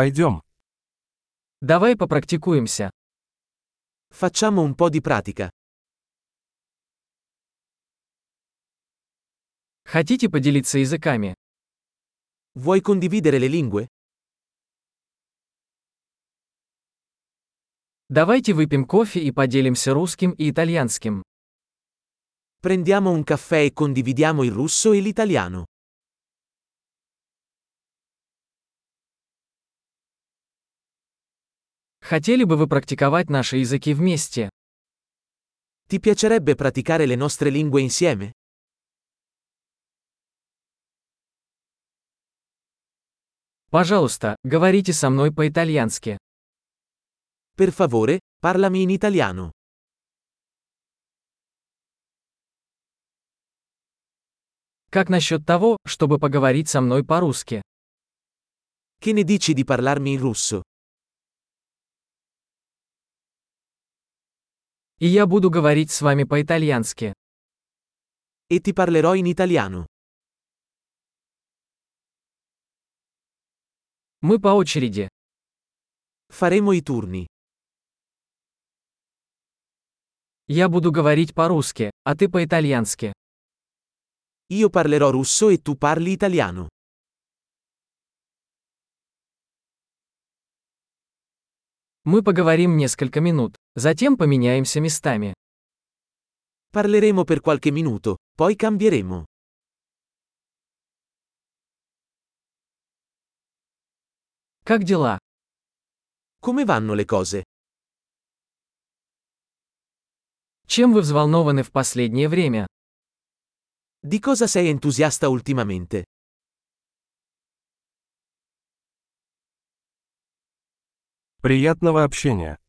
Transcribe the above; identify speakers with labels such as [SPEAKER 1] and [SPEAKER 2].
[SPEAKER 1] Пойдем.
[SPEAKER 2] Давай попрактикуемся.
[SPEAKER 3] Facciamo un po' di pratica.
[SPEAKER 2] Хотите поделиться языками?
[SPEAKER 3] Vuoi condividere le lingue?
[SPEAKER 2] Давайте выпьем кофе и поделимся русским и итальянским.
[SPEAKER 3] Prendiamo un caffè e condividiamo il russo e l'italiano.
[SPEAKER 2] Хотели бы вы практиковать наши языки вместе?
[SPEAKER 3] Ti piacerebbe praticare le nostre lingue insieme?
[SPEAKER 2] Пожалуйста, говорите со мной по-итальянски.
[SPEAKER 3] Per favore, parlami in italiano.
[SPEAKER 2] Как насчет того, чтобы поговорить со мной по-русски?
[SPEAKER 3] Che ne dici di parlarmi in russo?
[SPEAKER 2] И я буду говорить с вами по-итальянски.
[SPEAKER 3] E ti parlerò in italiano.
[SPEAKER 2] Мы по очереди.
[SPEAKER 3] Faremo i turni.
[SPEAKER 2] Я буду говорить по-русски, а ты по-итальянски.
[SPEAKER 3] Io parlerò russo e tu parli italiano.
[SPEAKER 2] Мы поговорим несколько минут, затем поменяемся местами.
[SPEAKER 3] Parleremo per qualche minuto, poi cambieremo.
[SPEAKER 2] Как дела?
[SPEAKER 3] Come vanno le cose?
[SPEAKER 2] Чем вы взволнованы в последнее время?
[SPEAKER 3] Di cosa sei entusiasta ultimamente?
[SPEAKER 1] Приятного общения.